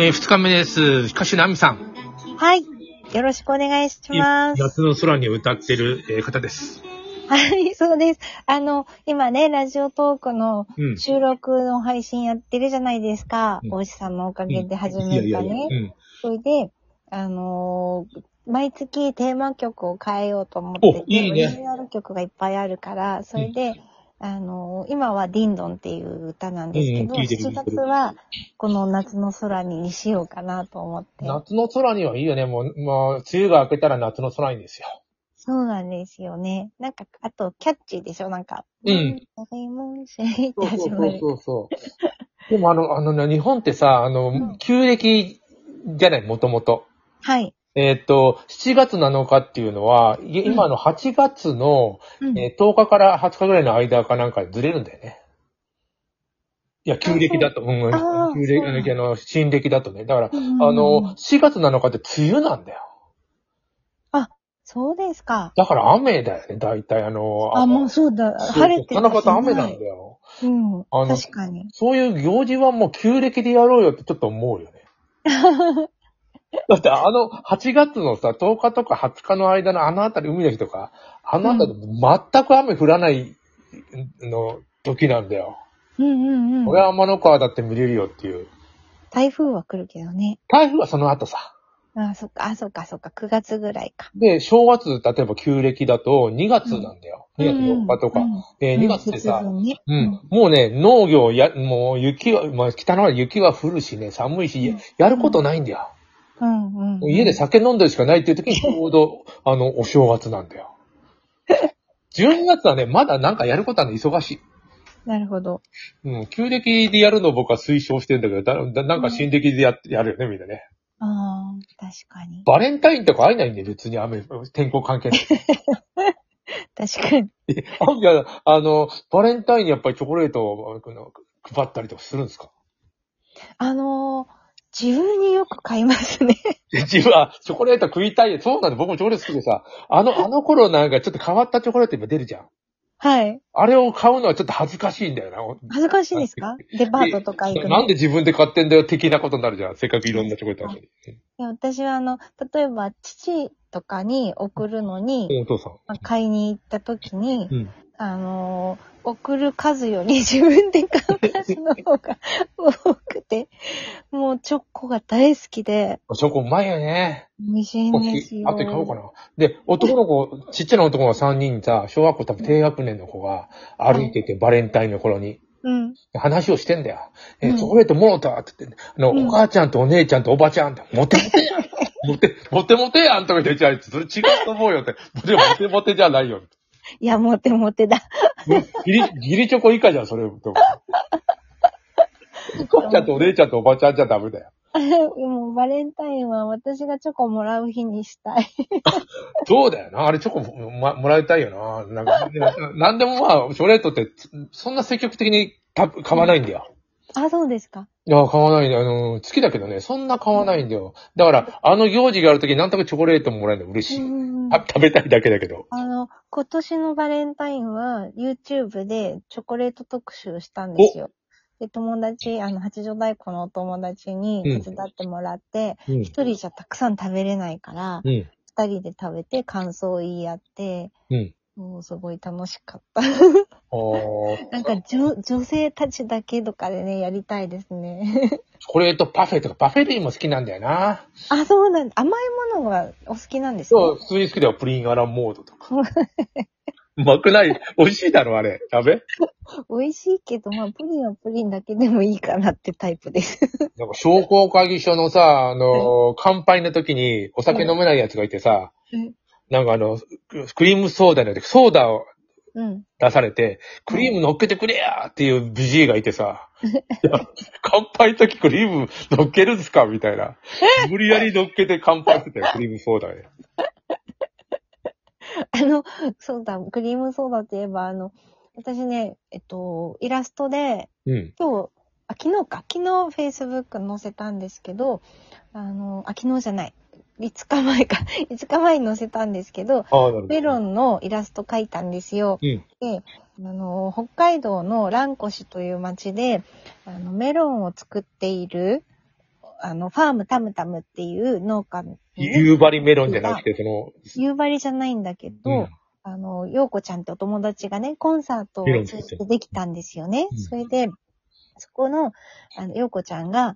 えー、二日目です。歌手のアミさん。はい。よろしくお願いします。夏の空に歌ってる、えー方です。はい、そうです。あの、今ね、ラジオトークのうん。収録の配信やってるじゃないですか。うんおじさんのおかげで始いやめいやたいや。うね。ん。それで、あのー毎月テーマ曲を変えようと思っておて、いいねオリジナル曲がいっぱいあるから、それで、あのー今はディンドンっていう歌なんですけど、うんうん聞いてる7月はこの夏の空ににしようかなと思って。夏の空にはいいよね。もう、もう、梅雨が明けたら夏の空にですよ。そうなんですよね。なんか、あと、キャッチーでしょなんか。うん。わかりましそた。う始そまうる。そうそう。で もあの、あのね、日本ってさ、あの、旧暦じゃない、もともと。はい。えーっと、7月7日っていうのは、い今の8月の、うんえー10日から20日ぐらいの間かなんかずれるんだよね。いや、旧暦だと。うんうん、あー旧暦、そうあなんのだあの、新暦だとね。だから、うんあの、、4月7日って梅雨なんだよ。そうですか。だから雨だよね、大体あの。あ、もうそうだ。晴れて七た夕雨なんよ。だよ。うん。あの確かに。そういう行事はもう旧暦でやろうよってちょっと思うよね。だってあの、8月のさ、10日とか20日の間のあのあたり、海の日とか、あのあたり全く雨降らないの時なんだよ。うんうんう俺ん。は天の川だって見れるよっていう。台風は来るけどね。台風はその後さ。あ、そっか、あ、そっか、そっか、9月ぐらいか。で、正月、例えば旧暦だと2月なんだよ。2月4日とか。うんうんで、うん2月ってさ、節分ねううんん。もうね、農業や、もう雪は、まあ、北の方は雪は降るしね、寒いし、うんやることないんだよ。うんうん。もう家で酒飲んでるしかないってい う時にちょうど、あの、お正月なんだよ。12月はね、まだなんかやることはね、忙しい。なるほど。うん、旧暦でやるのを僕は推奨してんだけど、だだなんか新暦でややるよね、みんなね。ああ、確かに。バレンタインとか会えないんで、別に雨、天候関係ない。確かに。あいや、あの、バレンタインにやっぱりチョコレートをあの配ったりとかするんですか あのー、自分によく買いますね。 自分はチョコレート食いたい。そうなんで、僕もチョコレート好きでさ、あの、あの頃なんかちょっと変わったチョコレート今出るじゃん。はい。あれを買うのはちょっと恥ずかしいんだよな。恥ずかしいですかデパートとか行くのなんで自分で買ってんだよ的なことになるじゃん。せっかくいろんなチョコレートあるいや私はあの、例えば父とかに送るのに、のに。お父さん。まあ買いに行った時に、うん。あのー送る数より 自分で買う数の方が多くて、もうチョコが大好きで、チョコうまいよね。美味しいんですよ。あとで買おうかな。で、男の子、ちっちゃな男が3人さ、小学校多分低学年の子が歩いてて、バレンタインの頃に。うん。話をしてんだよ。えうんチョコレートもろたって言って、あの、うんお母ちゃんとお姉ちゃんとおばちゃんって、モテモテ やんモテ、モテモテやんとか言って、あいつ、それ違うと思うよって。でもモテモテじゃないよ。いや、モテモテだ。 ギリ、ギリチョコ以下じゃん、それ。とかお母ちゃんとお姉ちゃんとおばちゃんじゃダメだよ。もうバレンタインは私がチョコもらう日にしたい。 そうだよな。あれチョコも,、ま、もらいたいよな。なんか、でなんでもまあ、チョコレートって、そんな積極的にた買わないんだよ。あ、そうですか。いや、買わないね。あの、好きだけどね、そんな買わないんだよ。だから、あの行事があるときになんとかチョコレートもらえるの嬉しうい。んあ食べたいだけだけど。あの、今年のバレンタインは YouTube でチョコレート特集したんですよ。で、友達、あの、八丈太鼓のお友達にうん手伝ってもらって、うん。一、人じゃたくさん食べれないから、うん。二人で食べて感想を言い合って、うんもうすごい楽しかった。 あーなんか女、女性たちだけとかでね、やりたいですね。 チョコレートパフェとか、パフェ類も好きなんだよな。あ、そうなんだ。甘いものがお好きなんですそう、よ。普通に好きだよ。プリンアラモードと か。うまくない美味しいだろ、あれ。食べ美味しいけど、まあ、プリンはプリンだけでもいいかなってタイプ です。なんか、商工会議所のさ、あのー、乾杯の時にお酒飲めない奴がいてさ、うんなんかあの、クリームソーダの時、ソーダをうん。出されて、クリーム乗っけてくれやーっていうビジーがいてさ、 いや乾杯の時クリーム乗っけるんすかみたいな。無理やり乗っけて乾杯してたよ、クリームソーダで。あの、そうだ、クリームソーダといえば、あの、私ね、えっと、イラストで、うん。今日、あ、昨日か、昨日 Facebook に載せたんですけど、あの、あ、昨日じゃない、5日前か、5日前に載せたんですけど、ああ、なるほど。メロン。ンのイラスト描いたんですよ。うん。で、あの、北海道の蘭越という町で、あの、メロンを作っている、あの、ファームタムタムっていう農家の、夕張メロンじゃなくて、その、夕張じゃないんだけど、うんあの、ようこちゃんってお友達がね、コンサートを通じてできたんですよね。うんそれで、そこの、あの、ようこちゃんが、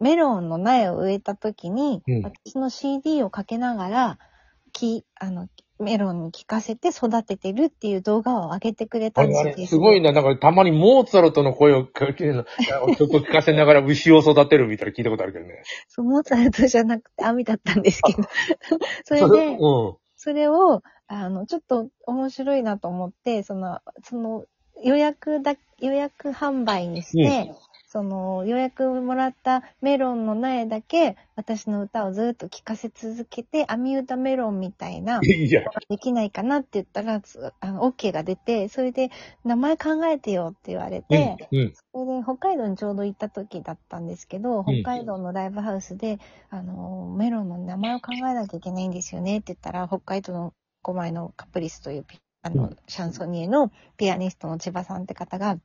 メロンの苗を植えた時に、うん私の CD をかけながら、き、あの、メロンに聞かせて育ててるっていう動画を上げてくれたあんでれ、あすれ、すごいな。だから、たまにモーツァルトの声をかけるの、曲を聞かせながら牛を育てるみたいな聞いたことあるけどね。そう、モーツァルトじゃなくて、網だったんですけど。 それれでう、ん。それを、あの、ちょっと面白いなと思って、その、その、予約だ、予約販売にして、その、予約もらったメロンの苗だけ、私の歌をずっと聴かせ続けて、網歌メロンみたいな、いや、できないかなって言ったら、つあの、OK が出て、それで、名前考えてよって言われうてん、、うん。それで北海道にちょうど行った時だったんですけど、ん北海道のライブハウスで、あの、メロンの名前を考えなきゃいけないんですよねって言ったら、北海道の5枚のカプリスというピあうのん、シャンソニエのピアニストの千葉さんって方が、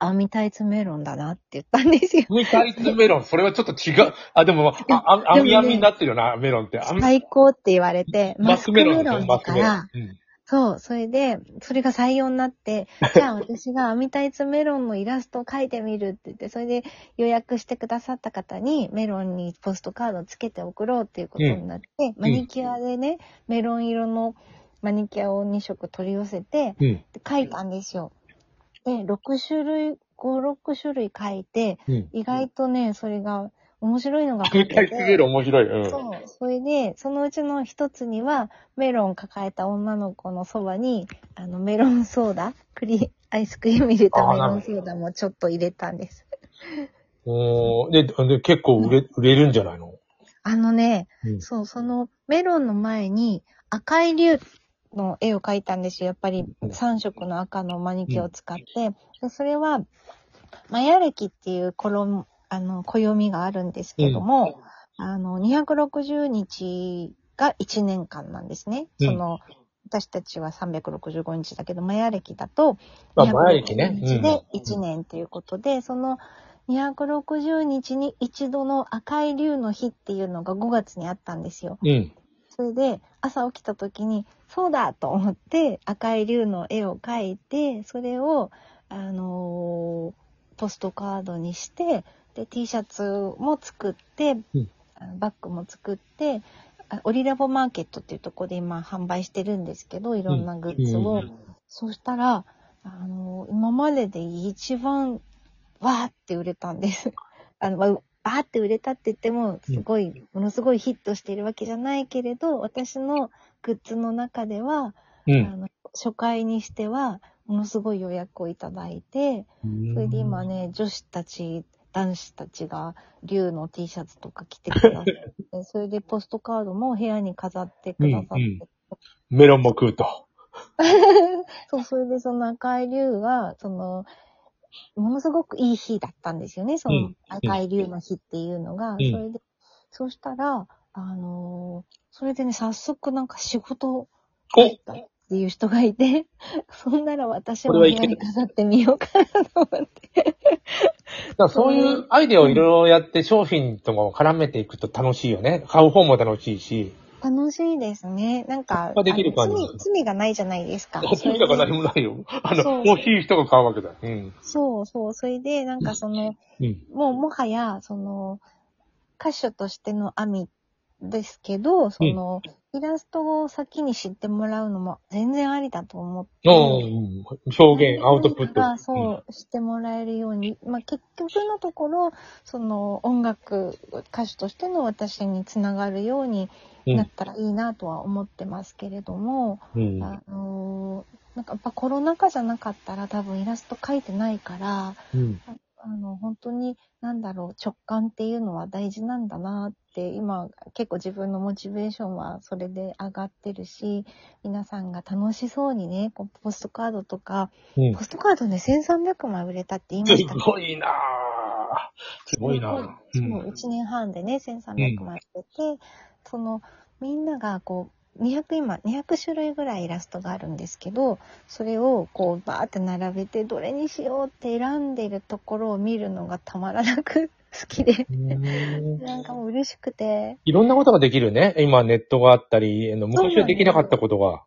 アミタイツメロンだなって言ったんですよ。ミタイツメロン、それはちょっと違う。あ、でも、あ、であ、あもみねあみになってるよな、メロンって。あみ最高って言われて、マスクメロンですよだから、うんそう、それで、それが採用にな って、じゃあ私がアミタイツメロンのイラストを描いてみるって言って、それで予約してくださった方にメロンにポストカードをつけて送ろうっていうことになって、マニキュアでね、メロン色のマニキュアを2色取り寄せて、うん。描いたんですよ。で、6種類、5、6種類描いて、うん。意外とね、それが面白いのがア描 ミタけイツメて。ロン面白い。うん。そう。それで、そのうちの一つには、メロン抱えた女の子のそばに、あの、メロンソーダ、クリ、アイスクリーム入れたあーメロンソーダもちょっと入れたんです。おーで、で、結構売れ、売れるんじゃないのあのね、うんそう、そのメロンの前に赤い竜の絵を描いたんですよ。やっぱりうん3色の赤のマニキュアを使って。でそれは、マヤ暦っていう衣、あの、暦があるんですけども、あの、260日が1年間なんですね。うんその、私たちは365日だけど、マヤ暦だと、まあ、前駅260ね。日で1年ということで、その260日に一度の赤い竜の日っていうのが5月にあったんですよ。うん。うん。それで朝起きた時に、そうだと思って赤い竜の絵を描いて、それを、あのーポストカードにして、で、T シャツも作って、うんあのバッグも作って、あオリラボマーケットっていうところで今販売してるんですけど、いろんなグッズを。そしたら、あの、今までで一番、わーって売れたんです。 あの、まあわーって売れたって言っても、すごい、ものすごいヒットしているわけじゃないけれど、私のグッズの中では、うあん。の、初回にしては、ものすごい予約をいただいて、うんそれで今。ね、女子たち、男子たちが、竜の T シャツとか着てくださって、 それでポストカードも部屋に飾ってくださって、うんうんメロンも食うと。そう、それでその赤い竜が、その、ものすごくいい日だったんですよね、そうのん赤い竜の日っていうのが。んそれで、そうしたら、あのーそれでね、早速なんか仕事お入ったっていう人がいて、 そんなら私もこ部れは屋いけるに飾ってみようかなと思って。だからそういうアイデアをいろいろやって商品とかを絡めていくと楽しいよね。買う方も楽しいし。楽しいですね。なんか、まあできるあ感のじ罪、罪がないじゃないです か。趣味とか何もないよ。あそうの、欲しい人が買うわけだ。うん。そうそう。それで、なんかその、うん。もうもはや、その、歌手としてのアミですけど、その、イラストを先に知ってもらうのも全然ありだと思って。うん表現、アウトプット。がそう、してもらえるように。まあ、結局のところ、その、音楽、歌手としての私につながるようにうん。なったらいいなとは思ってますけれども、うん。あのーなんかやっぱコロナ禍じゃなかったら多分イラスト描いてないから、うん。あの、本当に、なんだろう、直感っていうのは大事なんだなって、今、結構自分のモチベーションはそれで上がってるし、皆さんが楽しそうにね、こうポストカードとか、うんポストカードね、1300枚売れたって言いますしたけどごいなぁ。すごいなぁ。う。もうん1年半でね、1300枚売れて、その、みんながこう、200今、200種類ぐらいイラストがあるんですけど、それをこう、バーって並べて、どれにしようって選んでるところを見るのがたまらなくっ好きで、うんなんかもう嬉しくて、いろんなことができるね。今ネットがあったり、あの昔はできなかったことが、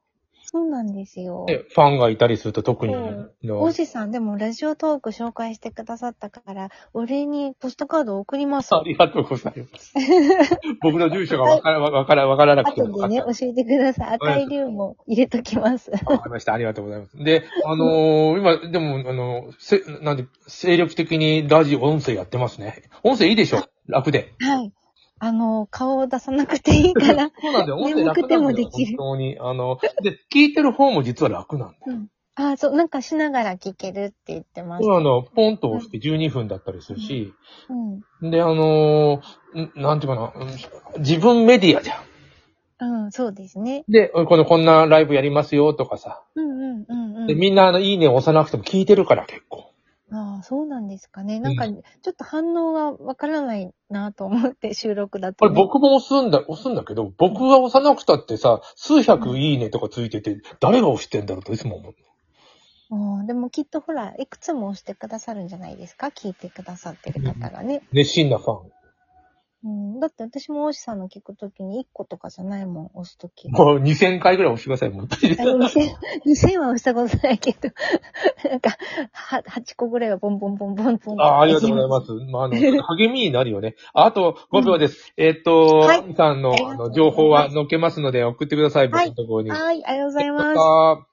そうなんですよ。ねファンがいたりすると特に。うんの王子さん、でもラジオトーク紹介してくださったから、お礼にポストカードを送ります。ありがとうござい ます。僕の住所がわから、わから、わからなくて後も。でね、教えてください。赤い竜も入れときます。わかりました。ありがとうございます。で、あのー今、でも、あのーせ、なんで、精力的にラジオ、音声やってますね。音声いいでしょ楽で。はい。あの、顔を出さなくていい から。そうなんだよ。音声楽な眠んくだてよ。もでき本る当に。あの、で、聞いてる方も実は楽なんだよ。うん。あ、そう、なんかしながら聞けるって言ってます。あの、ポンと押して12分だったりするし、うん。で、あのーんなんていうかな、うん自分メディアじゃん。うん、そうですね。で、この、こんなライブやりますよとかさ。うんうんうんうで、ん。みんな、あの、いいねを押さなくても聞いてるから結構。ああ、そうなんですかね。なんか、うちょっと反応がわからないなと思って、収録だことれね、僕も押すんだ、押すんだけど、僕が押さなくたってさ、数百いいねとかついてて、誰が押してんだろうといつも思う。うんでもきっとほら、いくつも押してくださるんじゃないですか聞いてくださってる方がね。熱心なファうん、だって私も大志さんの聞くときに1個とかじゃないもん、押すとき ン。。もう2000回ぐらい押してください、もう。あの2000 2000は押したことないけど、なんか、は8個ぐらいはボンボンボンボンボン。ああ、ありがとうございます。まあ、あの、励みになるよね。ああと5秒です。えーっと、はいアミさんの、ありがあとうございの、ます情報は載っけますので送ってください、僕はいのところに。はい、ありがとうございます。す。